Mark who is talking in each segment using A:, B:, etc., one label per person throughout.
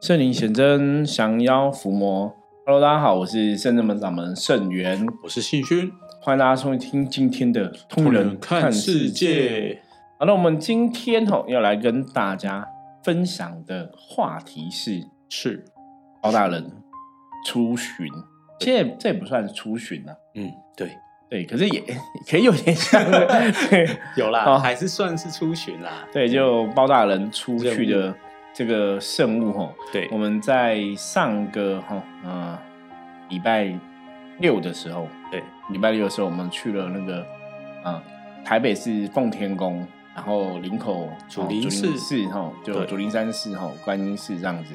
A: 圣灵显真，降妖伏魔。Hello，大家好，我是圣正门掌门圣元，
B: 我是信勋，
A: 欢迎大家收听今天的《通人嗯看世界》。。好，那我们今天哦要来跟大家分享的话题是
B: 是，
A: 高大人 出巡，现在这也不算出巡啊，
B: 嗯，对，
A: 对，可是也可以有点像， 对
B: 有啦，
A: 哦
B: 还是算是出巡啦。
A: 对，就包大人出去
B: 任
A: 的这个圣物哦吼，
B: 对
A: 我们在上个哈呃礼拜六的时候，
B: 对，
A: 礼拜六的时候我们去了那个呃台北市奉天宫，然后林口
B: 祖
A: 哦
B: 灵
A: 林
B: 寺
A: 寺哈，就
B: 对
A: 竹林山寺哈，观音寺这样子，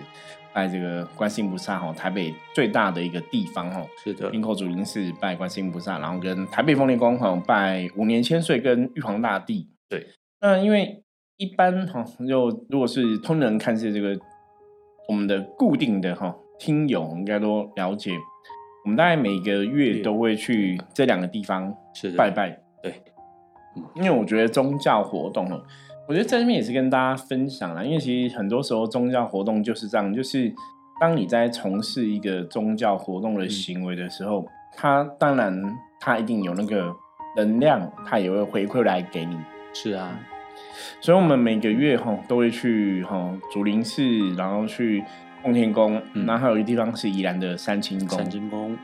A: 拜这个观世音菩萨哈，哦台北最大的一个地方哦哈，
B: 是的
A: 林口祖灵寺拜观世音菩萨，然后跟台北奉天宫哈拜五年千岁跟玉皇大帝。
B: 对，
A: 那因为一般哈，就如果是通人看是这个我们的固定的哈听友，应该都了解，我们大概每个月
B: 对
A: 都会去这两个地方
B: 是的，
A: 拜拜。
B: 对嗯，
A: 因为我觉得宗教活动哦，我觉得在这边也是跟大家分享啦，因为其实很多时候宗教活动就是这样，就是当你在从事一个宗教活动
B: 嗯
A: 的行为的时候，它当然它一定有那个能量，它也会回馈来给你。
B: 是啊，
A: 所以我们每个月哈都会去哈竹林寺，然后去奉天宫，
B: 嗯
A: 然后还有一个地方是宜兰的三清宫，
B: 三金宫，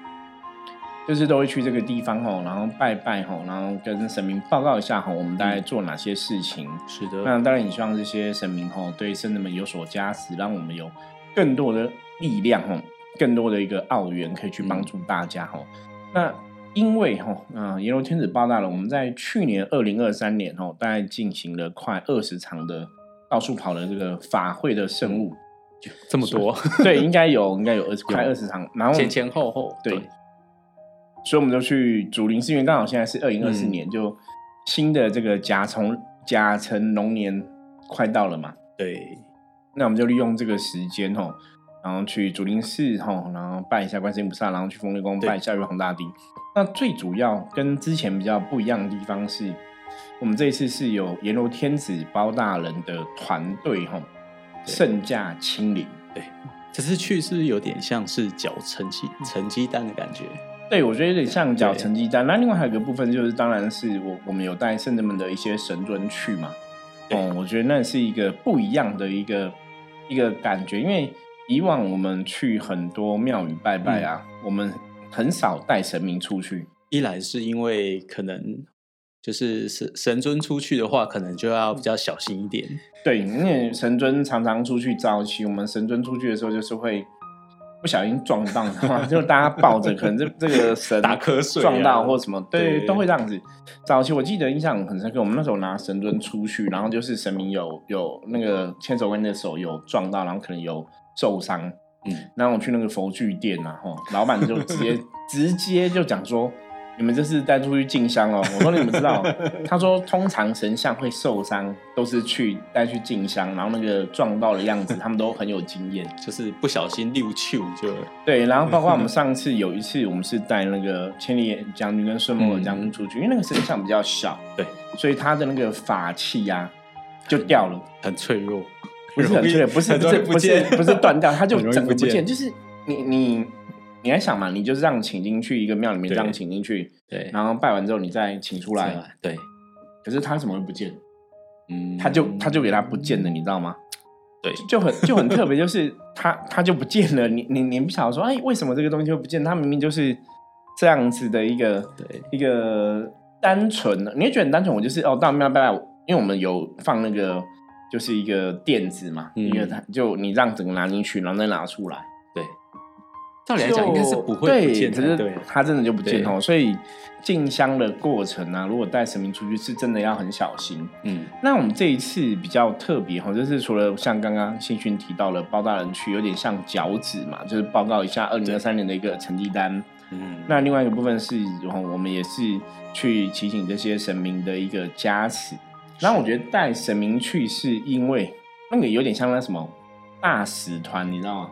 A: 就是都会去这个地方吼，然后拜拜吼，然后跟神明报告一下吼，我们大概做哪些事情。
B: 是的，
A: 那当然也希望这些神明吼对圣人们有所加持，让我们有更多的力量吼，更多的一个澳元可以去帮助大家吼。
B: 嗯
A: 那因为吼，嗯、阎罗天子报大了，我们在去年二零二三年吼，大概进行了快二十场的到处跑的这个法会的圣物，
B: 这么多，
A: 对，应该有应该有二十快二十场，然后我们
B: 嗯前前后后，
A: 对，所以我们就去竹林寺，因为刚好现在是二零二四
B: 嗯
A: 年，就新的这个甲虫甲辰龙年快到了嘛，
B: 对，
A: 那我们就利用这个时间吼，然后去竹林寺吼，然后拜一下观世音菩萨，然后去风雷宫
B: 对
A: 拜一下玉皇大帝。那最主要跟之前比较不一样的地方是，我们这一次是有阎罗天子包大人的团队吼，
B: 对
A: 圣驾亲临。
B: 这次去是不是有点像是搅成鸡
A: 嗯
B: 成鸡蛋的感觉？
A: 对，我觉得有点像缴
B: 对
A: 成绩单。那另外还有一个部分就是，当然是我我们有带圣人们的一些神尊去嘛。
B: 对
A: 哦，我觉得那是一个不一样的一个一个感觉，因为以往我们去很多庙宇拜拜啊，
B: 嗯
A: 我们很少带神明出去。
B: 一来是因为可能就是神神尊出去的话，可能就要比较小心一点，
A: 对，因为神尊常常出去早期，我们神尊出去的时候就是会不小心撞到，你知道吗 就大家抱着，可能这这个神
B: 打瞌睡
A: 嗯
B: 啊
A: 撞到或什么，对，
B: 对
A: 都会这样子。早期我记得印象很深刻，我们那时候拿神尊出去，然后就是神明有有那个千手观音的手有撞到，然后可能有受伤，
B: 嗯，
A: 然后我去那个佛具店啊，吼，老板就直 接直接就讲说。你们这是带出去进香哦！我说你们知道，他说通常神像会受伤，都是去带去进香，然后那个撞到的样子，他们都很有经验。
B: 就是不小心溜去就
A: 对，然后包括
B: 嗯
A: 我们上次有一次，我们是带那个千里将军跟顺风耳将军出去，因为那个神像比较小，
B: 嗯对，
A: 所以他的那个法器呀、就掉了，
B: 很脆弱，
A: 不是很
B: 容易
A: 脆，不是
B: 很
A: 不
B: 容
A: 是
B: 易
A: 不是
B: 见
A: 不是断掉，它就
B: 很容易
A: 整个
B: 不
A: 不见，
B: 见
A: 就是你你你还想嘛，你就是这样请进去一个庙里面这
B: 对啊
A: 样请进去，
B: 对，
A: 然后拜完之后你再请出
B: 再
A: 来，
B: 来对，
A: 可是它怎么会不见？
B: 嗯，
A: 他就他就给它不见了，你知道吗？
B: 对
A: 就很就很特别，就是它它就不见了。你你你不晓得说，哎，为什么这个东西会不见？它明明就是这样子的一个
B: 对
A: 一个单纯的，你会觉得很单纯。我就是哦，到庙拜拜，我因为我们有放那个就是一个垫子嘛，
B: 嗯
A: 因为它就你让整个拿进去，然后再拿出来。
B: 对，照理来讲应该是不会不
A: 对，
B: 见
A: 可
B: 的，
A: 是
B: 对，啊
A: 它真的就不见哦。所以进香的过程啊，如果带神明出去，是真的要很小心。
B: 嗯，
A: 那我们这一次比较特别哈，就是除了像刚刚新勋提到了包大人去，有点像脚趾嘛，就是报告一下二零二三年的一个成绩单。
B: 嗯，
A: 那另外一个部分是，然后我们也是去提醒这些神明的一个加持。那我觉得带神明去是因为那个有点像那什么大使团，你知道吗？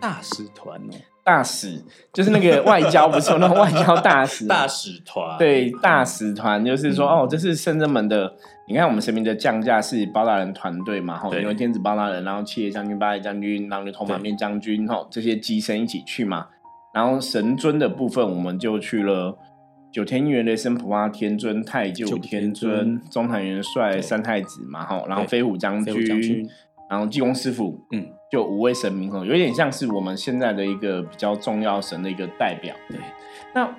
B: 大使团哦，
A: 大使，就是那个外交，不是有那种外交大使吗，
B: 大使团，
A: 对大使团，就是说、
B: 啊嗯
A: 哦，这是圣真门的。你看我们神明的降价是包大人团队嘛，吼，
B: 对
A: 牛天子包大人，然后七爷将军、八爷将军，然后牛头马面将军，吼，这些机身一起去嘛。然后神尊的部分，我们就去了九天元雷神普化天尊、太
B: 九
A: 救
B: 天
A: 天
B: 尊
A: 尊、中坛元帅、
B: 对
A: 三太子嘛，吼，然后
B: 对
A: 飞虎将
B: 飞虎将军
A: 军，然后济公师傅，
B: 嗯，
A: 就五位神明吼，有点像是我们现在的一个比较重要神的一个代表。
B: 对，
A: 那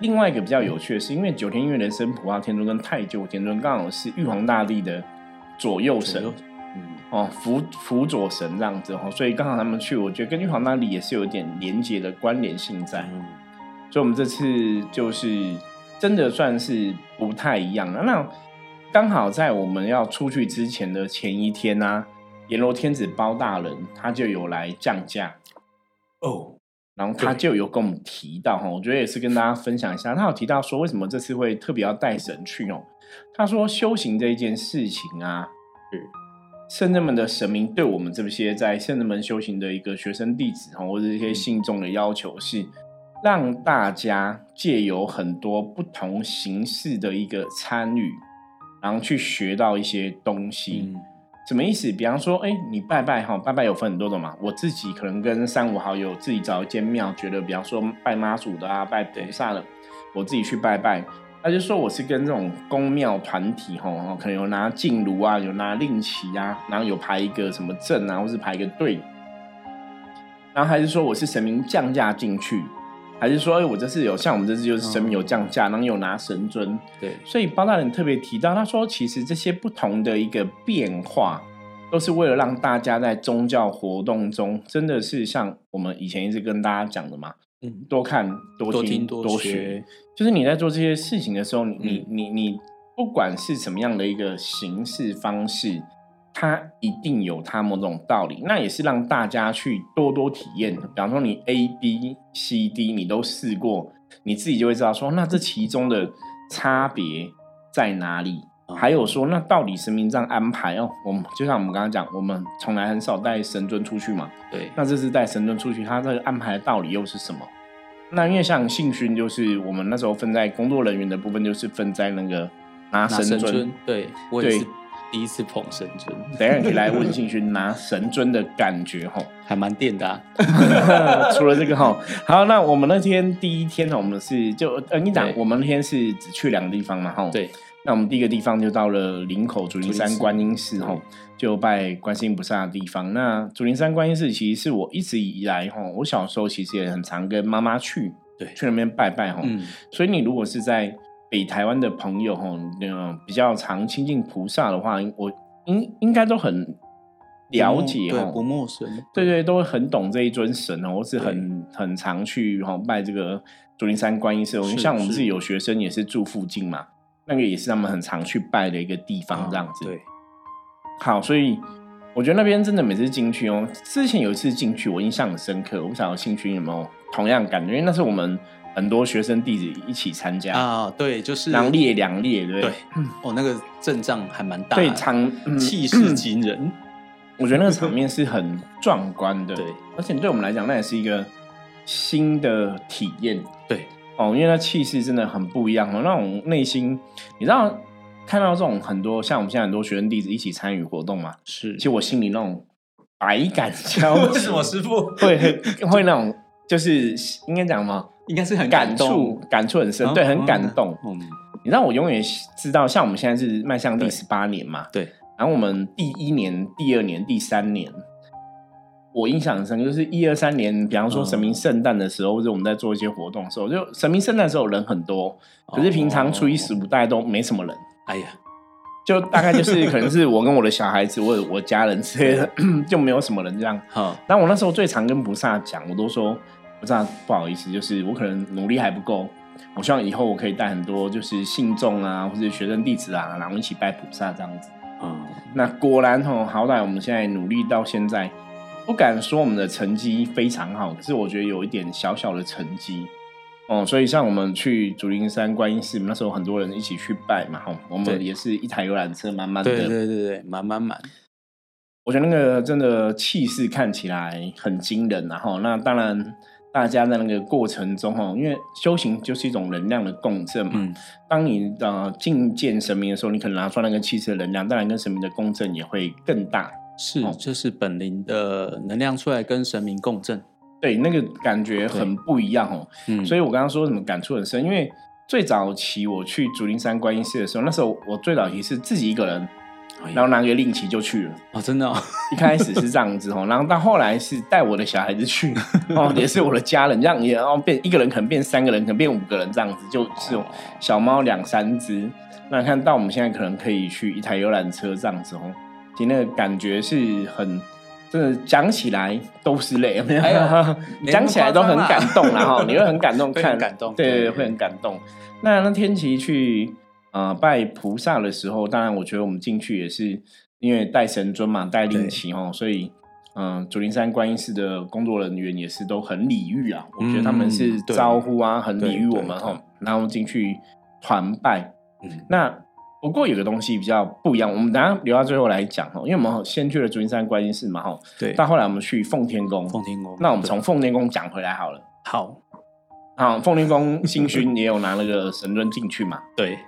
A: 另外一个比较有趣的是，因为九天月雷神普啊化天尊跟太久天尊刚好是玉皇大帝的左右神
B: 左右嗯，
A: 哦，辅辅佐神这样子哦，所以刚好他们去，我觉得跟玉皇大帝也是有点连结的关联性在。
B: 嗯
A: 所以我们这次就是真的算是不太一样了。那刚好在我们要出去之前的前一天呢、啊，阎罗天子包大人他就有来降价，
B: 哦，
A: 然后他
B: 对
A: 就有跟我们提到哈，我觉得也是跟大家分享一下，他有提到说为什么这次会特别要带神去哦。他说修行这一件事情啊，
B: 是
A: 圣人们的神明对我们这些在圣人们修行的一个学生弟子哈，或者一
B: 嗯
A: 些信众的要求是，让大家借由很多不同形式的一个参与，然后去学到一些东西。
B: 嗯，
A: 什么意思？比方说，哎、你拜拜哈，拜拜有分很多种嘛。我自己可能跟三五好友自己找一间庙，觉得比方说拜妈祖的啊，拜菩萨的，我自己去拜拜。他就说我是跟这种公庙团体吼，哦可能有拿进炉啊，有拿令旗啊，然后有排一个什么阵啊，或是排一个队。然后还是说我是神明降价进去，还是说哎、我这次有像我们这次就是神明有降价，然后有拿神尊，
B: 对，
A: 所以包大人特别提到，他说其实这些不同的一个变化，都是为了让大家在宗教活动中，真的是像我们以前一直跟大家讲的嘛，
B: 嗯，
A: 多看、多
B: 多听
A: 听、
B: 多
A: 多
B: 学
A: 学。就是你在做这些事情的时候，你、你你你，不管是什么样的一个形式方式，它一定有它某种道理。那也是让大家去多多体验。比方说，你 A、B、C、D 你都试过，你自己就会知道说，那这其中的差别在哪里。
B: 啊
A: 还有说，那到底神明这样安排哦？我们就像我们刚刚讲，我们从来很少带神尊出去嘛，
B: 对，
A: 那这次带神尊出去，他这个安排的道理又是什么？那因为像信勋，就是我们那时候分在工作人员的部分，就是分在那个拿
B: 拿
A: 神
B: 神
A: 尊。
B: 尊，对我也
A: 对
B: 是第一次捧神尊，
A: 等一下你可以来问信勋拿神尊的感觉吼。
B: 还蛮电的啊，
A: 除了这个吼，好，那我们那天第一天呢，我们是就呃，你讲
B: 对
A: 我们那天是只去两个地方嘛吼。。
B: 对，
A: 那我们第一个地方就到了林口竹林
B: 竹林
A: 山
B: 寺
A: 观音寺吼，就拜观世音菩萨的地方。那竹林山观音寺其实是我一直以来吼，我小时候其实也很常跟妈妈去，
B: 对
A: 去那边拜拜吼。
B: 嗯，
A: 所以你如果是在北台湾的朋友吼，那种比较常亲近菩萨的话，我应应该都很了解
B: 不嗯陌对，不
A: 吼。
B: 陌生，
A: 对对，都会很懂这一尊神哦，我是很很常去吼拜这个竹林山观音寺哦，因为
B: 是
A: 像我们自己
B: 是
A: 有学生也是住附近嘛，那个也是他们很常去拜的一个地方，这样子。
B: 啊对，
A: 好，所以我觉得那边真的每次进去哦，之前有一次进去我印象很深刻，我不晓得兴趣有没有同样感觉，因为那是我们很多学生弟子一起参加，
B: 啊，对，就是
A: 然后列两列，对不对？，
B: 对哦，那个阵仗还蛮大的，
A: 对，嗯场、嗯
B: 气势惊人，
A: 我觉得那个场面是很壮观 的，
B: 对，
A: 而且对我们来讲，那也是一个新的体验
B: 对，
A: 哦，因为那气势真的很不一样哦，那种内心，你知道看到这种很多像我们现在很多学生弟子一起参与活动嘛，
B: 是
A: 其实我心里那种百感交 集，
B: 师傅
A: 会很会那种就是应该讲嘛，
B: 应该是很
A: 感
B: 动
A: 触，感触很深，
B: 啊
A: 对，很感动。
B: 嗯，
A: 你让我永远知道，像我们现在是迈向第
B: 对
A: 十八年嘛，
B: 对，
A: 然后我们第一年、第二年、第三年，我印象很深，就是一二三年，比方说神明圣诞的时候，或者我们在做一些活动的时候，就神明圣诞的时候人很多，可是平常初一十
B: 哦，
A: 五大概都没什么人。
B: 哎呀，
A: 就大概就是可能是我跟我的小孩子，我我家人之类的， 就没有什么人这样。
B: 好，
A: 那我那时候最常跟菩萨讲，我都说菩萨不好意思，就是我可能努力还不够，我希望以后我可以带很多就是信众啊，或者学生弟子啊，然后一起拜菩萨这样子。
B: 嗯，
A: 那果然吼，好歹我们现在努力到现在，不敢说我们的成绩非常好，可是我觉得有一点小小的成绩。哦，所以像我们去竹林山观音寺，那时候很多人一起去拜嘛，吼，我
B: 对
A: 们也是一台游览车，慢慢的，
B: 对对对对，满满满，
A: 我觉得那个真的气势看起来很惊人、啊，然后那当然大家在那个过程中哈，因为修行就是一种能量的共振嘛。
B: 嗯
A: 当你呃觐见神明的时候，你可能拿出那个气势的能量，当然跟神明的共振也会更大。
B: 是
A: 哦，
B: 就是本灵的能量出来跟神明共振。
A: 对，那个感觉很不一样哦。
B: 嗯，
A: 所
B: 以
A: 以我刚刚说什么感触很深，因为最早期我去竹林山观音寺的时候，那时候我最早期是自己一个人，
B: 哎呀
A: 然后拿个令旗就去了。
B: 哦，真的、哦，
A: 一开始是这样子哦，然后到后来是带我的小孩子 去，哦，也是我的家人，这样也然后变一个人可能变三个人，可能变五个人这样子，
B: 哦
A: 就是有小猫两三只。那看到我们现在可能可以去一台游览车这样子哦，其实那个感觉是很。真的讲起来都是泪，没有
B: 哎呀没那么夸张啦
A: 讲
B: 啊
A: 起来都很感动啦哦哈，你会很感动，
B: 会
A: 看
B: 很感动
A: 对对对，
B: 对
A: 会很感动。那那天其实去呃拜菩萨的时候，当然我觉得我们进去也是因为带神尊嘛，带令旗哦，所以嗯、呃竹林山观音寺的工作人员也是都很礼遇啊，我觉得他们是
B: 嗯对
A: 招呼啊，很
B: 对
A: 礼遇我们
B: 对
A: 哈，然后进去团拜。
B: 嗯
A: 那不过有个东西比较不一样，我们等一下留到最后来讲哦，因为我们先去了竹林山观音寺嘛哈，
B: 对，
A: 到后来我们去奉天宫，
B: 奉天宫。
A: 那我们
B: 对
A: 从奉天宫讲回来好了。
B: 好，
A: 好，凤天宫新勋也有拿那个神盾进去嘛？
B: 对。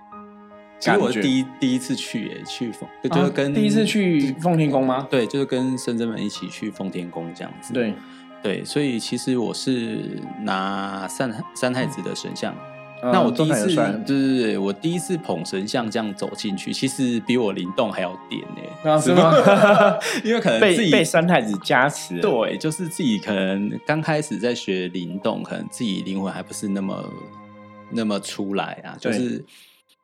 B: 其实我
A: 感觉
B: 第一第一次去耶，去奉，就是跟、
A: 啊第一次去奉天宫吗？
B: 对，就是跟深圳们一起去奉天宫这样子。
A: 对，
B: 对，所以其实我是拿三三太子的神像，
A: 嗯
B: 那呃我第一次对对对，我第一次捧神像这样走进去，其实比我灵动还要点呢、
A: 啊是吗
B: 因为可能呃自
A: 被
B: 己
A: 被三太子加持了，
B: 对，就是自己可能刚开始在学灵动，可能自己灵魂还不是那么那么出来啊，就
A: 对
B: 是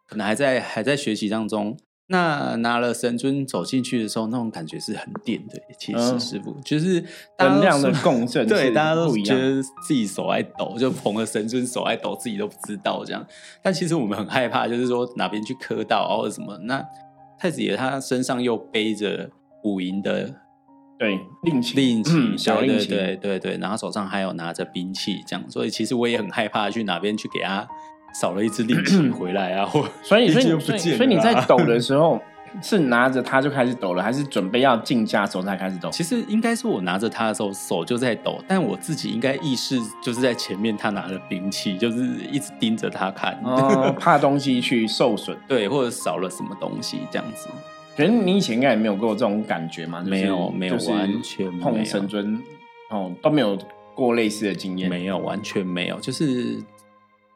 B: 可能还在还在学习当中。那拿了神尊走进去的时候，那种感觉是很电的。其实、
A: 嗯
B: 师傅就是大家
A: 能
B: 都
A: 量的
B: 说
A: 共振，
B: 对，大家都
A: 不一
B: 觉
A: 样。
B: 得自己手在抖，就捧了神尊手在抖，自己都不知道这样。但其实我们很害怕，就是说哪边去磕到啊或者什么。那太子爷他身上又背着五营的
A: 对，令旗，
B: 令旗，
A: 嗯小令
B: 对
A: 旗，
B: 对对对，然后手上还有拿着兵器这样，所以其实我也很害怕去哪边去给他少了一支令旗回来 啊，或
A: 所以所以
B: 已经
A: 你
B: 不
A: 所以
B: 见了啊
A: 所以你在
B: 啦
A: 抖的时候是拿着它就开始抖了，还是准备要竞价的时候才开始抖？
B: 其实应该是我拿着他的时候手就在抖，但我自己应该意识就是在前面他拿着兵器，就是一直盯着他看。
A: 哦，怕东西去受损。
B: 对，或者少了什么东西这样子。
A: 可是你以前应该也没有过这种感觉嘛？就是
B: 没有没有
A: 就是
B: 完全没有
A: 碰神尊哦都没有过类似的经验，
B: 没有，完全没有，就是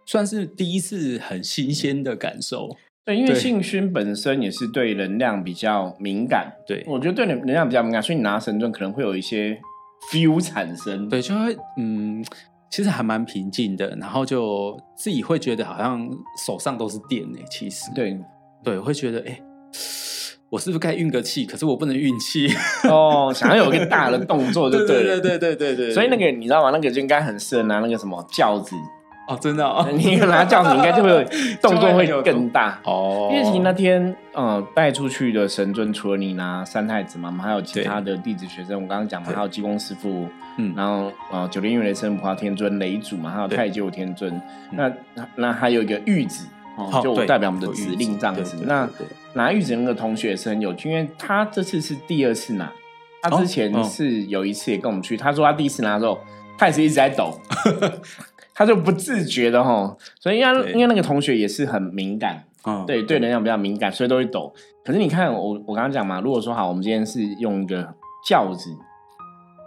B: 算是第一次很新鲜的感受。
A: 对，因为
B: 对
A: 性熏本身也是对能量比较敏感，
B: 对
A: 我觉得对能能量比较敏感，所以你拿神盾可能会有一些 feel 产生。，
B: 对，就会嗯，其实还蛮平静的，然后就自己会觉得好像手上都是电呢、其实
A: 对，
B: 对，会觉得哎、我是不是该运个气？可是我不能运 气。
A: 哦，想要有一个大的动作就
B: 对
A: 了。
B: 对对对对对，
A: 所以那个你知道吗？那个就应该很适合拿那个什么轿子，
B: 哦，真的哦，
A: 你拿轿子应该就会有动作会更大。
B: 哦，
A: 因为其实那天，呃，带出去的神尊除了你拿三太子嘛，我们还有其他的弟子学生，我刚刚讲嘛，
B: 对
A: 还有济公师傅，
B: 嗯
A: 然后呃，九天玉雷神、葡萄天尊、雷主嘛，还有
B: 对
A: 太鹫天尊，那那那还有一个玉子，哦
B: 哦，
A: 就我
B: 嗯对
A: 代表我们的
B: 有玉
A: 指
B: 子
A: 令这样
B: 对
A: 子
B: 对。对
A: 那
B: 对
A: 拿玉子那个同学也是很有趣，因为他这次是第二次拿，他之前
B: 哦
A: 是有一次也跟我们去，他说他第一次拿的时候，他也是一直在 抖。他就不自觉的吼，所以因为
B: 对
A: 因为那个同学也是很敏感，
B: 嗯
A: 对对能量比较敏感，所以都会抖。可是你看我我刚刚讲嘛，如果说好，我们今天是用一个轿子，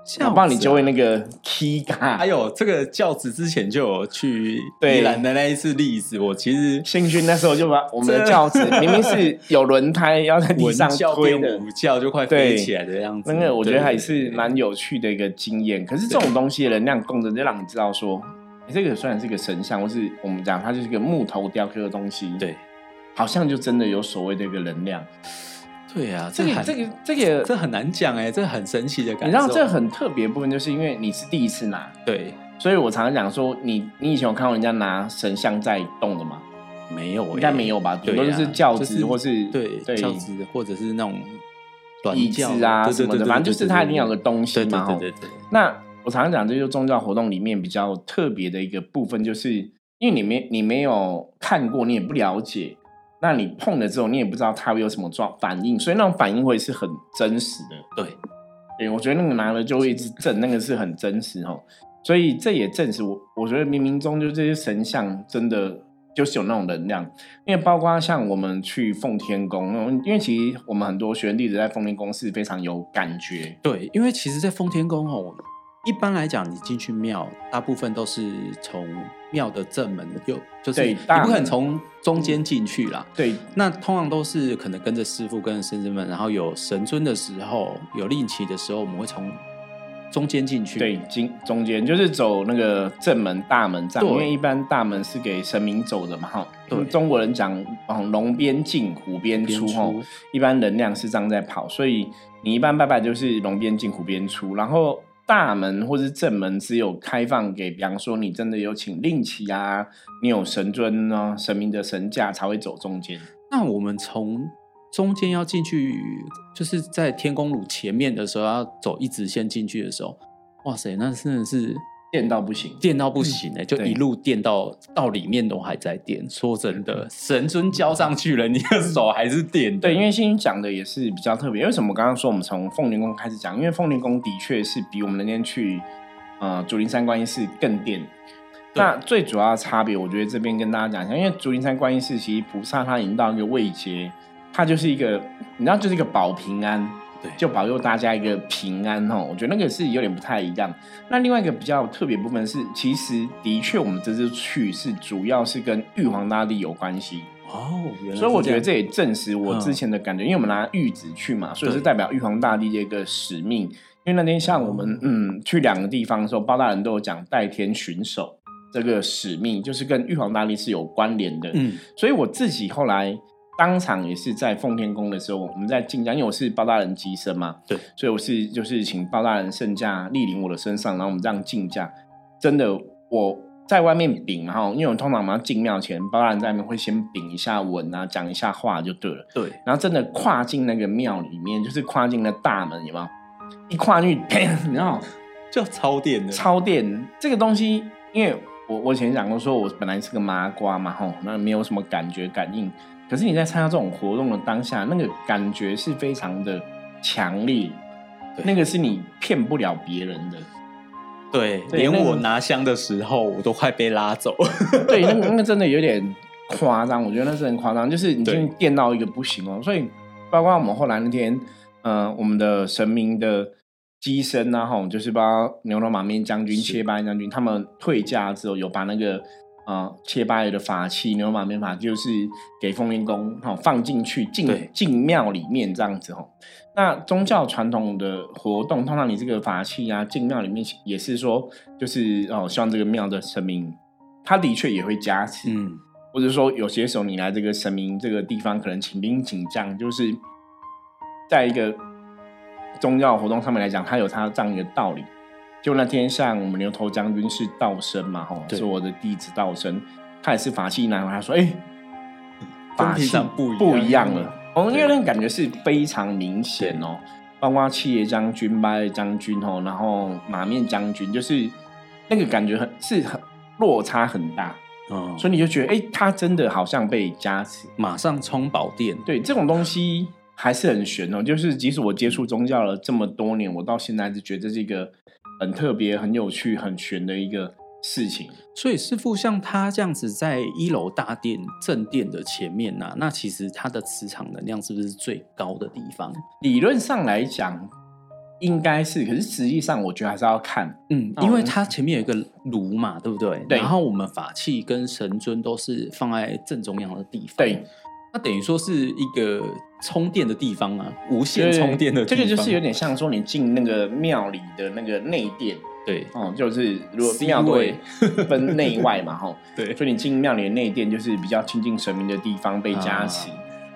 B: 这
A: 我
B: 样
A: 帮你
B: 子
A: 就
B: 啊哎
A: 会那个 key
B: 还
A: 卡。
B: 有这个教子之前就有去
A: 对
B: 宜兰的那一次例子，我其实
A: 兴勋那时候就把我们的
B: 这
A: 轿子明明是有轮胎要在地
B: 文
A: 上
B: 教
A: 推
B: 变
A: 的，
B: 武教就快
A: 对
B: 飞起来的样子。
A: 那个我觉得还是
B: 对
A: 蛮有趣的一个经验。可是这种东西的能量共振，就让你知道说，诶这个虽然是个神像，或是我们讲它就是个木头雕刻的东西，，
B: 对
A: 好像就真的有所谓的一个能量。
B: 对啊，
A: 这个
B: 很
A: 这个这个
B: 这很难讲哎，这很神奇的
A: 你
B: 感
A: 知
B: 受。
A: 道这很特别的部分，就是因为你是第一次拿，
B: 对
A: 所以我常常讲说，你你以前有看过人家拿神像在动的吗？
B: 没有欸？
A: 应该没有吧？顶
B: 对啊，
A: 多就是轿
B: 就
A: 子或是
B: 对
A: 对
B: 教子，或者是那种短
A: 椅
B: 教
A: 子啊
B: 对
A: 什
B: 对
A: 么
B: 对
A: 的，
B: 对
A: 反正就是
B: 对对
A: 它一定
B: 对
A: 要有个东西
B: 对对
A: 嘛。哦
B: 对
A: 吼
B: 对对，对
A: 那我常常讲，这就是宗教活动里面比较特别的一个部分，就是因为你没你没有看过，你也不了解，那你碰了之后，你也不知道它会有什么状反应，所以那种反应会是很真实的。
B: 对
A: 对，我觉得那个拿了就会一直震，那个是很真实哦。所以这也证实我，我觉得冥冥中就这些神像真的就是有那种能量，因为包括像我们去奉天宫，因为其实我们很多学员弟子在奉天宫是非常有感觉，
B: 对，因为其实，在奉天宫哦，一般来讲，你进去庙，大部分都是从庙的正门右，就是
A: 对
B: 你
A: 大嗯
B: 不可能从中间进去啦。
A: 对
B: 那通常都是可能跟着师傅、跟着先生们，然后有神尊的时候，有令旗的时候，我们会从中间进去。
A: 对，经中间就是走那个正门大门站，
B: 对
A: 因为一般大门是给神明走的嘛，哈。
B: 对
A: 中国人讲往龙边进，虎边
B: 边
A: 出，
B: 出
A: 哈，一般能量是这样在跑，所以你一般拜拜就是龙边进，虎边出，然后。大门或是正门只有开放给，比方说你真的有请令旗啊，你有神尊啊、神明的神驾才会走中间。
B: 那我们从中间要进去，就是在天宫炉前面的时候，要走一直线进去的时候，哇塞，那真的是
A: 电到不行，
B: 电到不行哎、就
A: 嗯对
B: 一路电到到里面都还在电。说真的，神尊交上去了，你的手还是电的。
A: 对，因为星星讲的也是比较特别。为什么我刚刚说我们从凤年宫开始讲？因为凤年宫的确是比我们那天去呃竹林山观音寺更电。
B: 对
A: 那最主要的差别，我觉得这边跟大家讲一下，因为竹林山观音寺其实菩萨他已经到一个位阶，他就是一个你知道就是一个保平安，
B: 对
A: 就保佑大家一个平安哦。我觉得那个是有点不太一样。那另外一个比较特别部分是，其实的确我们这次去是主要是跟玉皇大帝有关系。
B: 哦，原来是
A: 所以我觉得
B: 样嗯
A: 这也证实我之前的感觉，因为我们拿玉旨去嘛，所以是代表玉皇大帝的一个使命。因为那天像我
B: 哦
A: 们嗯去两个地方的时候，包大人都有讲代天巡守这个使命，就是跟玉皇大帝是有关联的。
B: 嗯，
A: 所以我自己后来当场也是在奉天宫的时候，我们在进香，因为我是包大人机身嘛，
B: 对，
A: 所以我是就是请包大人圣驾莅临我的身上，然后我们这样进驾。真的，我在外面禀哈，因为我通常我们要进庙前，包大人在外面会先禀一下文啊，讲一下话就对了。
B: 对，
A: 然后真的跨进那个庙里面，就是跨进了大门，有没有？一跨进去， 你知道
B: 就超电的，
A: 超电这个东西，因为我我以前讲过，说我本来是个麻瓜嘛，吼，那没有什么感觉感应。可是你在参加这种活动的当下，那个感觉是非常的强烈，
B: 对
A: 那个是你骗不了别人的。
B: 对，
A: 对
B: 连
A: 那个
B: 我拿香的时候，我都快被拉走。
A: 对，那个那个真的有点夸张，我觉得那是很夸张，就是你已
B: 对
A: 经电到一个不行哦。所以包括我们后来那天，呃，我们的神明的机身啊，吼，就是包括牛头马面将军、
B: 是
A: 切巴将军，他们退驾之后有把那个。啊、切巴爷的法器，牛头马面法器就是给风林宫哈、哦放进去进
B: 对
A: 进庙里面这样子哦。那宗教传统的活动，通常你这个法器啊，进庙里面也是说，就是哦，希望这个庙的神明，他的确也会加持，
B: 嗯，
A: 或者说有些时候你来这个神明这个地方，可能请兵请将，就是在一个宗教活动上面来讲，它有它这样一个道理。就那天像我们牛头将军是道生嘛，吼，
B: 对
A: 是我的弟子道生，他也是法器拿回来，他说：“哎、法
B: 平
A: 器
B: 常不一样
A: 不一样了。”哦，因
B: 对
A: 为那个感觉是非常明显哦，包括七爷将军、八爷将军哦，然后马面将军，就是那个感觉很是很落差很大。
B: 哦，
A: 所以你就觉得，哎、他真的好像被加持。
B: 马上充饱电。
A: 对，这种东西还是很玄哦。就是即使我接触宗教了这么多年，我到现在还是觉得这是一个很特别、很有趣、很玄的一个事情。
B: 所以师傅像他这样子在一楼大殿正殿的前面呐、那其实它的磁场能量是不是最高的地方？
A: 理论上来讲，应该是，可是实际上我觉得还是要看。
B: 嗯，
A: 哦
B: 因为它前面有一个炉嘛，对不对？
A: 对
B: 然后我们法器跟神尊都是放在正中央的地方。
A: 对，
B: 那等于说是一个充电的地方啊，无线充电的地
A: 这
B: 方。
A: 个就是有点像说你进那个庙里的那个内殿
B: 对
A: 哦，就是如果
B: C
A: 庙会
B: 位
A: 分内外嘛， 吼、
B: 对
A: 所以你进庙里的内殿就是比较亲近神明的地方被加持。
B: 啊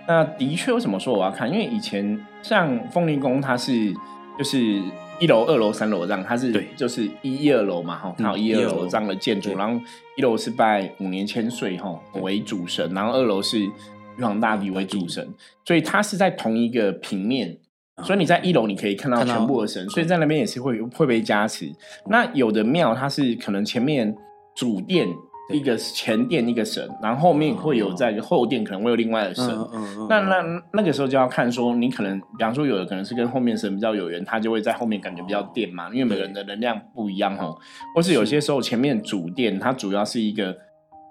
A: 那的确，为什么说我要看？因为以前像凤梨宫，它是就是一楼、二楼、三楼这样，它是
B: 对
A: 就是一一二楼嘛，哈，它有
B: 嗯
A: 一
B: 一
A: 二
B: 二
A: 楼
B: 楼
A: 这样的建筑，
B: 对
A: 然后一楼是拜五年千岁哈为主神，然后二楼是玉皇大帝为主神，所以它是在同一个平面。
B: 啊
A: 所以你在一楼你可以看到
B: 看到
A: 全部的神，所以在那边也是会会被加持。那有的庙它是可能前面主殿一个前殿一个神，然后后面
B: 哦
A: 会有在一个后殿可能会有另外的神。
B: 嗯嗯嗯，
A: 那那那个时候就要看说，你可能，比方说有的可能是跟后面神比较有缘，他就会在后面感觉比较电嘛，
B: 嗯
A: 因为每个人的能量不一样哦。或是有些时候前面主殿它主要是一个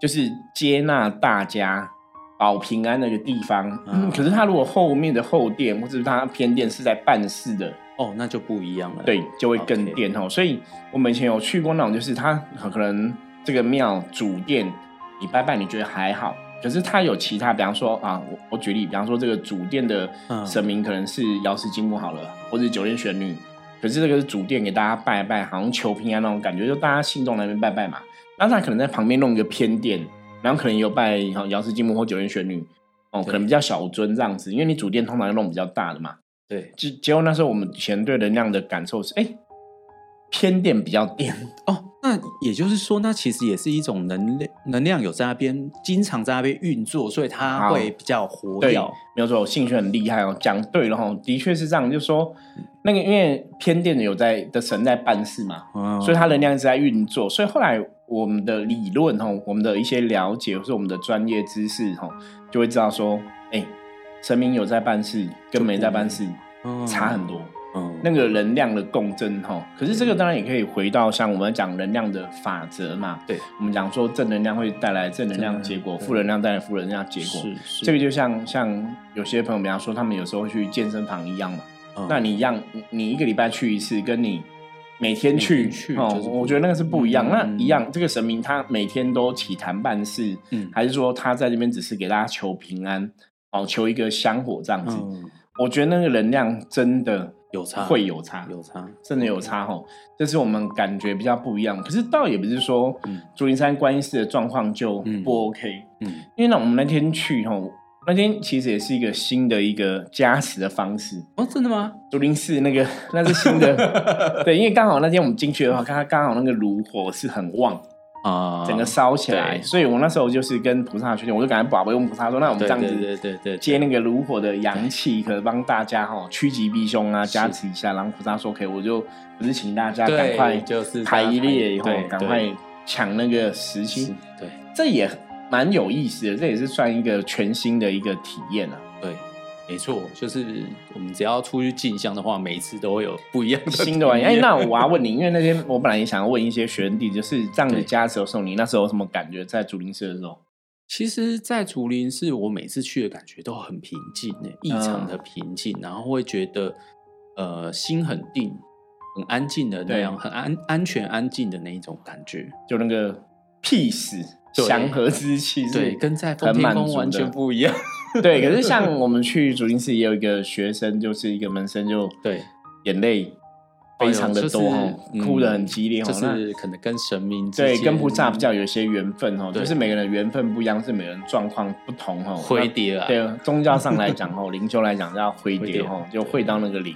A: 就是接纳大家保平安的一个地方，
B: 嗯
A: 可是它如果后面的后殿或者它偏殿是在办事的，
B: 哦，那就不一样了。
A: 对，就会更
B: OK
A: 电哦。所以我们以前有去过那种，就是它可能这个庙主殿你拜拜，你觉得还好，可是它有其他，比方说啊，我我举例，比方说这个主殿的
B: 嗯
A: 神明可能是瑶池金母好了，或者九天玄女，可是这个是主殿给大家拜拜，好像求平安那种感觉，就大家信众来那边拜拜嘛。那他可能在旁边弄一个偏殿，然后可能有拜好瑶池金母或九天玄女。哦，可能比较小尊这样子，因为你主殿通常要弄比较大的嘛。
B: 对，
A: 结结果那时候我们以前对能量的感受是，哎、偏电比较电，
B: 哦，那也就是说，那其实也是一种能量，能量有在那边，经常在那边运作，所以它
A: 好
B: 会比较活
A: 对
B: 跃。，
A: 没有错，我兴趣很厉害哦，讲对了哦，的确是这样，就说那个因为偏电的有在的神在办事嘛，
B: 嗯
A: 所以它能量一直在运作，所以后来我们的理论哦，我们的一些了解或是我们的专业知识哦，就会知道说，哎、神明有在办事跟没在办事
B: 嗯
A: 差很多。
B: 嗯
A: 那个能量的共振哈。可是这个当然也可以回到像我们讲能量的法则嘛，
B: 对，
A: 我们讲说正能量会带来正能量结果，
B: 正
A: 负能
B: 能量对
A: 量带来负能量结果。
B: 是是
A: 这个就像像有些朋友，比方说他们有时候去健身房一样嘛，
B: 嗯
A: 那你一样，你你一个礼拜去一次，跟你每天
B: 每
A: 去
B: 天去
A: 哦
B: 就是，不一样
A: 我觉得那个是不一样。
B: 嗯
A: 那
B: 嗯
A: 一样，这个神明他每天都起坛办事，
B: 嗯
A: 还是说他在这边只是给大家求平安，哦，求一个香火这样子？
B: 嗯
A: 我觉得那个能量真的
B: 有差
A: 会有差，
B: 有差，
A: 真的有差
B: 嗯
A: 吼，这是我们感觉比较不一样。可是倒也不是说
B: 嗯
A: 竹林山观音寺的状况就
B: 嗯
A: 不 OK，、
B: 嗯
A: 因为呢，我们那天去吼，那天其实也是一个新的一个加持的方式。
B: 哦，真的吗？
A: 竹林寺那 个那是新的，对，因为刚好那天我们进去的话，看它刚好那个炉火是很旺，
B: 啊，
A: 整个烧起来，
B: 对
A: 所以我那时候就是跟菩萨确定，我就赶快宝贝问菩萨说，那我们
B: 对
A: 这样子
B: 对对对对，
A: 接那个炉火的阳气，可能帮大家哈趋吉避凶啊，
B: 是
A: 加持一下。然后菩萨说可以，我就不是请大家
B: 对
A: 赶快
B: 就是
A: 排一列以
B: 大
A: 后
B: 家排对，
A: 赶快抢那个时
B: 是
A: 薪，
B: 对
A: 这也蛮有意思的，这也是算一个全新的一个体验 啊，
B: 对，没错，就是我们只要出去进香的话，每一次都会有不一样的
A: 新的玩意。
B: 体
A: 哎，
B: 验
A: 那我要问你，因为那天我本来也想要问一些学员弟，就是这样子
B: 对
A: 加持的时候，你那时候有什么感觉？在竹林寺的时候，
B: 其实，在竹林寺，我每次去的感觉都很平静欸，异常
A: 嗯
B: 的平静，然后会觉得呃心很定、很安静的那样，
A: 对
B: 很安安全、安静的那一种感觉。
A: 就那个 peace
B: 对
A: 祥和之气，
B: 对，跟在奉天宫完全 不一样。
A: 对，可是像我们去竹林寺也有一个学生，就是一个门生，就
B: 对，
A: 眼泪非常的多
B: 哎
A: 哦
B: 呦，就是
A: 哭的很激烈哦。
B: 就是可能跟神明
A: 那
B: 之
A: 对
B: 间
A: 跟菩萨比较有一些缘分哦，
B: 对
A: 就是每个人的缘分不一样，是每个人状况不同哦。
B: 灰蝶
A: 那
B: 啊，
A: 对宗教上来 讲哦，灵修来讲叫灰蝶哦，
B: 灰
A: 就
B: 蝶
A: 会到那个灵，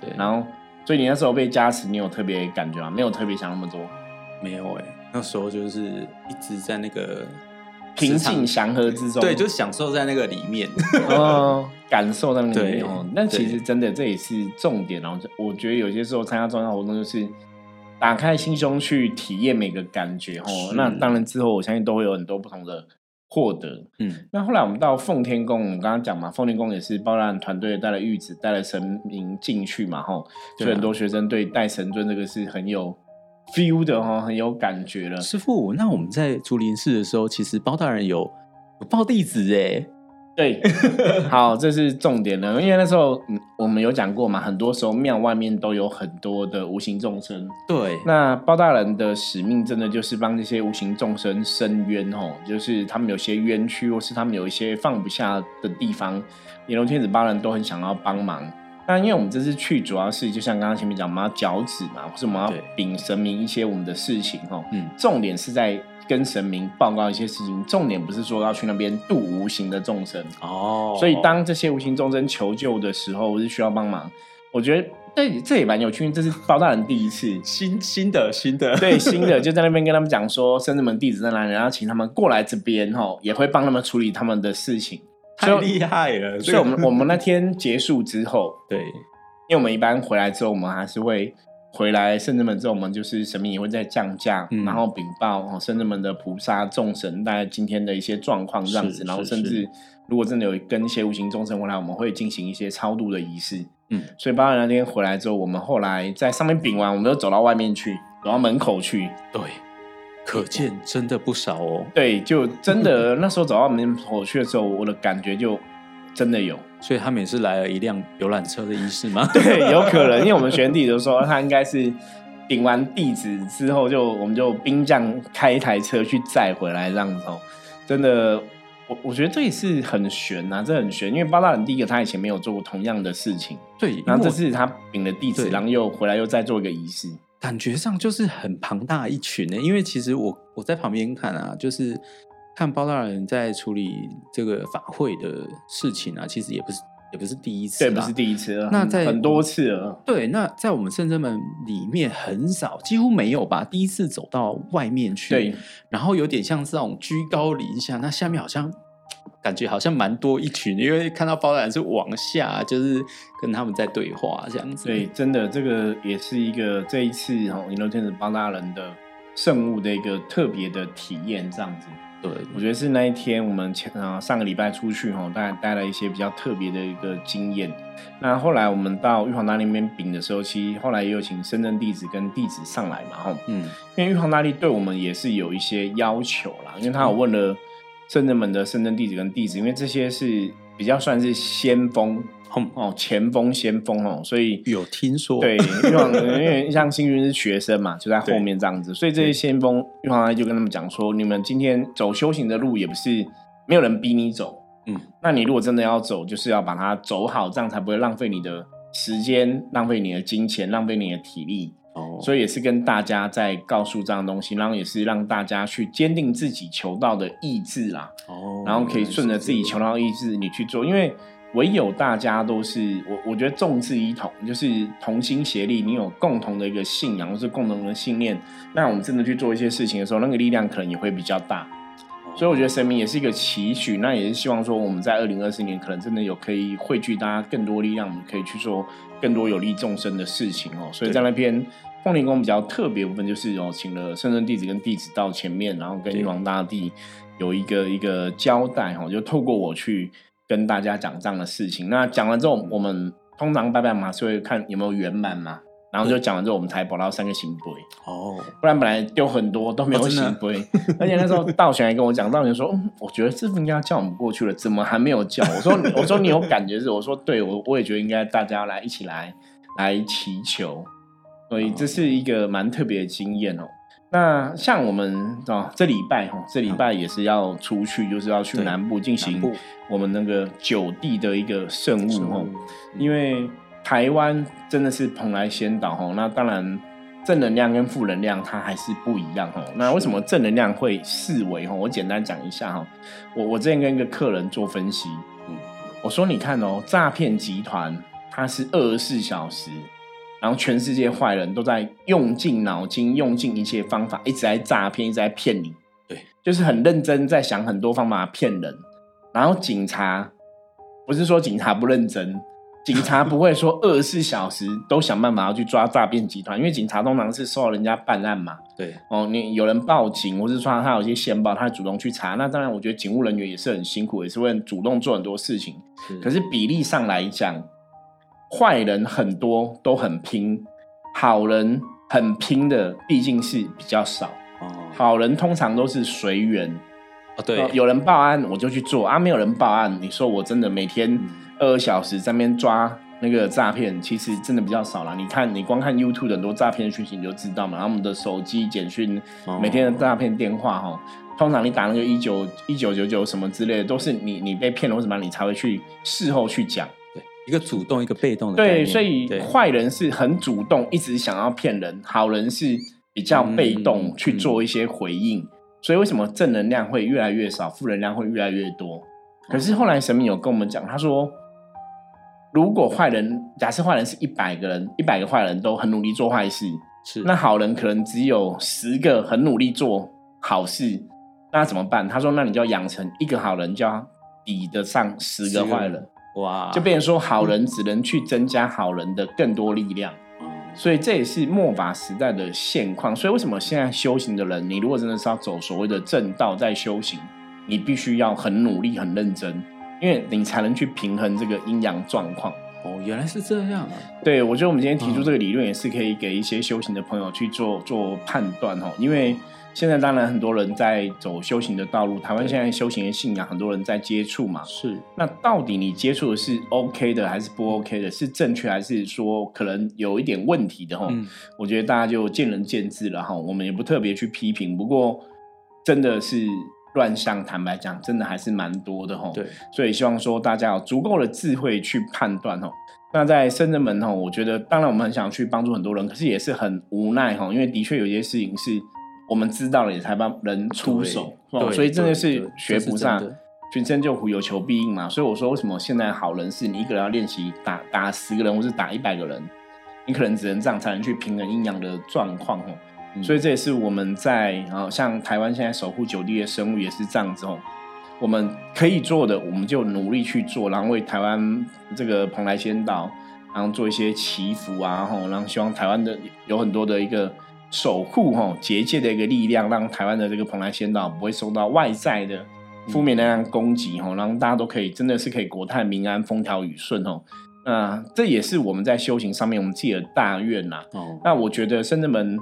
B: 对，
A: 然后。所以你那时候被加持，你有特别感觉吗？没有特别想那么多，
B: 没有哎、那时候就是一直在那个
A: 平
B: 磁场
A: 静祥和之中，
B: 对，就享受在那个里 面。
A: 哦，感受到那个里面哦
B: 对。
A: 但其实真的这也是重点哦。我觉得有些时候参加宗教活动就是打开心胸去体验每个感觉哦。
B: 是
A: 那当然之后我相信都会有很多不同的获得。
B: 嗯，
A: 那后来我们到奉天宫，我们刚刚讲嘛，奉天宫也是包揽团队带了玉子，带了神明进去嘛，吼，所
B: 对啊
A: 以很多学生对带神尊这个是很有 feel 的哦，很有感觉了。
B: 师傅，那我们在竹林寺的时候，其实包大人有有报地址哎。
A: 对，好，这是重点了，因为那时候嗯我们有讲过嘛，很多时候庙外面都有很多的无形众生。
B: 对，
A: 那包大人的使命真的就是帮这些无形众生伸冤哦，就是他们有些冤屈，或是他们有一些放不下的地方，阎罗天子包大人都很想要帮忙。那因为我们这次去，主要是就像刚刚前面讲，我们要脚趾嘛，或是我们要
B: 对
A: 禀神明一些我们的事情哦。
B: 嗯
A: 重点是在跟神明报告一些事情，重点不是说要去那边度无形的众生。
B: 哦，。
A: 所以当这些无形众生求救的时候，我是需要帮忙。我觉得这这也蛮有趣，因为这是包大人第一次
B: 新新的新的
A: 对，新的就在那边跟他们讲说，甚至门地址在哪里，然后请他们过来这边吼，也会帮他们处理他们的事情。
B: 太厉害了，
A: 所以，我
B: 这个
A: 们我们那天结束之后，
B: 对
A: 因为我们一般回来之后，我们还是会回来，圣人们这种们就是神明也会在降价，
B: 嗯
A: 然后禀报哦，圣人们的菩萨众神大概今天的一些状况这样
B: 是
A: 子，然后
B: 是
A: 甚
B: 是
A: 至如果真的有跟一些无形众生回来，我们会进行一些超度的仪式。
B: 嗯，
A: 所以八月那天回来之后，我们后来在上面禀完，我们就走到外面去，走到门口去，
B: 对，可见真的不少哦。
A: 对，就真 的那时候走到门口去的时候，我的感觉就真的有。
B: 所以他们也是来了一辆游览车的仪式吗？
A: 对，有可能，因为我们选弟就说他应该是顶完地址之后就，我们就兵将开一台车去载回来这样子哦。真的，我我觉得这也是很悬呐、这很悬，因为八大人第一个他以前没有做过同样的事情，
B: 对，因为
A: 然后这
B: 我
A: 次他领了地址，
B: 对
A: 然后又回来又再做一个仪式，
B: 感觉上就是很庞大一群呢、因为其实我我在旁边看啊，就是看包大人在处理这个法会的事情啊，其实也不是也不是第一次
A: 这
B: 啦，
A: 不是第一次了，
B: 那
A: 很
B: 在
A: 很多次了。
B: 对，那在我们圣真门里面很少，几乎没有吧。第一次走到外面去，
A: 对，
B: 然后有点像是那种居高临下，那下面好像感觉好像蛮多一群，因为看到包揽是往下，就是跟他们在对话这样子。
A: 对，，真的，这个也是一个这一次哦，银楼天使八大人的圣物的一个特别的体验，这样子。
B: 对，
A: 我觉得是那一天我们前啊、上个礼拜出去吼，带带了一些比较特别的一个经验。那后来我们到玉皇大帝那边禀的时候，其实后来也有请深圳弟子跟弟子上来嘛吼，
B: 嗯，
A: 因为玉皇大帝对我们也是有一些要求啦，因为他有问了圣圳门的深圳弟子跟弟子，因为这些是比较算是先锋
B: 哼
A: 哦，前锋先锋哦，所以
B: 有听说，
A: 对，玉 皇因为像幸运是学生嘛，就在后面这样子，所以这些先锋玉皇大帝就跟他们讲说，你们今天走修行的路也不是没有人逼你走，
B: 嗯，
A: 那你如果真的要走，就是要把它走好，这样才不会浪费你的时间、浪费你的金钱、浪费你的体力。
B: 哦，
A: 所以也是跟大家在告诉这样东西，然后也是让大家去坚定自己求道的意志啦。
B: 哦，
A: 然后可以顺着自己求
B: 到，
A: 道意志你去做，因为唯有大家都是我，我觉得众志一同，就是同心协力，你有共同的一个信仰或是共同的信念，那我们真的去做一些事情的时候，那个力量可能也会比较大。所以我觉得神明也是一个期许，那也是希望说我们在二零二四年可能真的有可以汇聚大家更多力量，我们可以去做更多有利众生的事情哦。所以在那边凤林宫比较特别的部分就是哦，请了圣人弟子跟弟子到前面，然后跟
B: 对
A: 玉皇大帝有一个一个交代哦，就透过我去跟大家讲这样的事情。那讲完之后，我们通常拜拜嘛是会看有没有圆满嘛，然后就讲完之后我们才保到三个行杯。
B: 哦，
A: 不然本来丢很多都没有
B: 哦真
A: 醒
B: 的
A: 杯，而且那时候道玄还跟我讲，道玄说，嗯，我觉得师傅应该要叫我们过去了，怎么还没有叫？我说，我说你有感觉是？我说对，我我也觉得应该大家来一起来来祈求，所以这是一个蛮特别的经验哦。那像我们哦，这礼拜哦，这礼拜也是要出去，就是要去
B: 对
A: 南部进
B: 南
A: 行
B: 部
A: 我们那个九地的一个圣物
B: 是
A: 哦
B: 哦。，
A: 因为台湾真的是蓬莱仙岛吼，那当然正能量跟负能量它还是不一样吼。那为什么正能量会视为吼？我简单讲一下哈，我我之前跟一个客人做分析，
B: 嗯
A: 我说你看哦，诈骗集团它是二十四小时。然后全世界坏人都在用尽脑筋，用尽一切方法，一直在诈骗，一直在骗你。
B: 对，
A: 就是很认真在想很多方法骗人。然后警察不是说警察不认真，警察不会说二十四小时都想办法要去抓诈骗集团， 因为警察通常是受到人家办案嘛。
B: 对，
A: 哦，你有人报警，或是说他有一些线报，他主动去查。那当然，我觉得警务人员也是很辛苦，也是会主动做很多事情。可是比例上来讲，坏人很多都很拼，好人很拼的毕竟是比较少。
B: 哦，
A: 好人通常都是随缘，
B: 哦对
A: 呃，有人报案我就去做啊，没有人报案，你说我真的每天
B: 嗯
A: 二小时在那边抓那个诈骗，其实真的比较少啦。你看，你光看 YouTube 的很多诈骗讯息你就知道嘛，然后我们的手机简讯
B: 哦
A: 每天的诈骗电话哈、通常你打那个一九一九九九什么之类的，都是你你被骗了，为什么你才会去事后去讲？
B: 对一个主动一个被动的概
A: 对，
B: 念，
A: 所以
B: 对
A: 坏人是很主动，一直想要骗人；好人是比较被
B: 嗯嗯
A: 动
B: 嗯
A: 去做一些回应。所以为什么正能量会越来越少，负能量会越来越多？可是后来神明有跟我们讲，他说，如果坏人假设坏人是一百个人，一百个坏人都很努力做坏事，
B: 是
A: 那好人可能只有十个很努力做好事，那怎么办？他说，那你就要养成一个好人，就要抵得上十个坏人。
B: 哇
A: 就变成说好人只能去增加好人的更多力量。
B: 哦
A: 所以这也是末法时代的现况。所以为什么现在修行的人，你如果真的是要走所谓的正道在修行，你必须要很努力、很认真，因为你才能去平衡这个阴阳状况。嗯
B: 哦，原来是这样啊！
A: 对，我觉得我们今天提出这个理论，也是可以给一些修行的朋友去做做判断哦。因为现在当然很多人在走修行的道路，台湾现在修行的信仰，很多人在接触嘛。
B: 是，
A: 那到底你接触的是 OK 的还是不 OK 的？是正确还是说可能有一点问题的哈？
B: 嗯
A: 我觉得大家就见仁见智了哈，我们也不特别去批评。不过真的是乱象，坦白讲，真的还是蛮多的哈。
B: 对，
A: 所以希望说大家有足够的智慧去判断哦。那在深圳门哦，我觉得当然我们很想去帮助很多人，可是也是很无奈哦，因为的确有些事情是我们知道了也才帮人出手，
B: 对
A: 哦
B: 对
A: 所以真的
B: 对
A: 是
B: 对
A: 学不
B: 这是真
A: 上
B: 的。
A: 寻声救苦，有求必应嘛。所以我说，为什么现在好人是你一个人要练习打打十个人，或是打一百个人，你可能只能这样才能去平衡阴阳的状况哦。
B: 嗯
A: 所以这也是我们在啊、像台湾现在守护九地的生物也是这样子哦。我们可以做的，我们就努力去做，然后为台湾这个蓬莱仙岛，然后做一些祈福啊，吼，然后希望台湾的有很多的一个守护吼结界的一个力量，让台湾的这个蓬莱仙岛不会受到外在的负面能量攻击吼，然后大家都可以真的是可以国泰民安、风调雨顺吼。那这也是我们在修行上面我们自己的大愿呐、
B: 哦，
A: 那我觉得深圳门，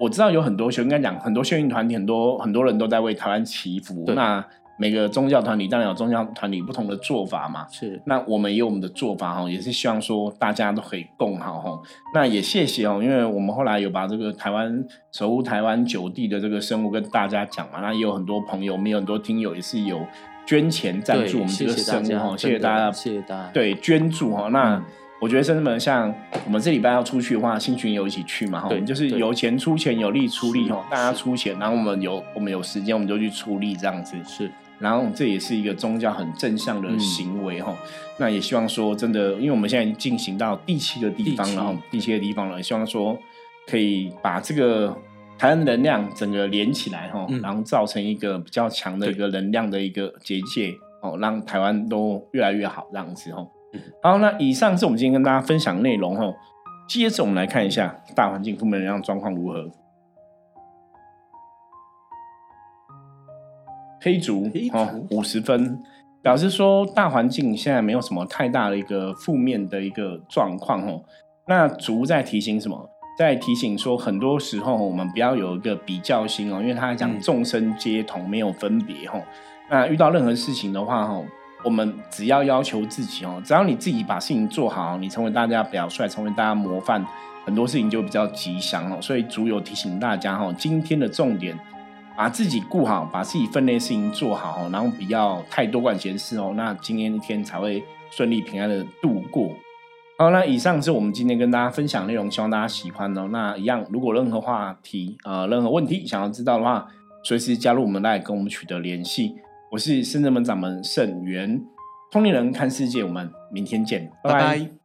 A: 我知道有很多修，应该讲很多修行团体，很多很多人都在为台湾祈福。
B: 对
A: 那每个宗教团体当然有宗教团体不同的做法嘛。
B: 是
A: 那我们也有我们的做法哈，也是希望说大家都可以共好哈。那也谢谢哦，因为我们后来有把这个台湾守护台湾九地的这个生物跟大家讲嘛，那也有很多朋友，我们有很多听友也是有捐钱赞助我们这
B: 对
A: 个
B: 谢谢大
A: 生物
B: 家
A: 哈，
B: 真
A: 谢谢
B: 的
A: 大家，
B: 谢谢大家
A: 对捐助哈。那、
B: 嗯
A: 我觉得甚至们像我们这礼拜要出去的话，新群友一起去嘛哈，我
B: 对
A: 们就是
B: 对
A: 有钱出钱，有力出力
B: 是
A: 哈，大家
B: 是
A: 出钱，然后我们有我们有时间，我们就去出力这样子。
B: 是
A: 然后这也是一个宗教很正向的
B: 嗯
A: 行为哈、那也希望说真的，因为我们现在已经进行到第七个地方
B: 第七
A: 了哈，第七个地方了，也希望说可以把这个台湾的能量整个连起来哈、
B: 嗯
A: 然后造成一个比较强的一个能量的一个结界哦，让台湾都越来越好这样子哈、
B: 嗯
A: 好，那以上是我们今天跟大家分享的内容哈、接着我们来看一下大环境负面能量状况如何。黑竹
B: 黑竹
A: 哦，五十分，表示说大环境现在没有什么太大的一个负面的一个状况哦。那竹在提醒什么？在提醒说，很多时候我们不要有一个比较心哦，因为他在讲
B: 嗯
A: 众生皆同，没有分别哦。那遇到任何事情的话哦，我们只要要求自己哦，只要你自己把事情做好，你成为大家表率，成为大家模范，很多事情就比较吉祥哦。所以主有提醒大家哦，今天的重点，把自己顾好，把自己分内事情做好哦，然后不要太多管闲事哦。那今天一天才会顺利平安的度过。好，那以上是我们今天跟大家分享的内容，希望大家喜欢哦。那一样，如果有任何话题呃任何问题想要知道的话，随时加入我们来跟我们取得联系。我是深圳门掌门盛元，通灵人看世界，我们明天见，拜拜
B: 拜拜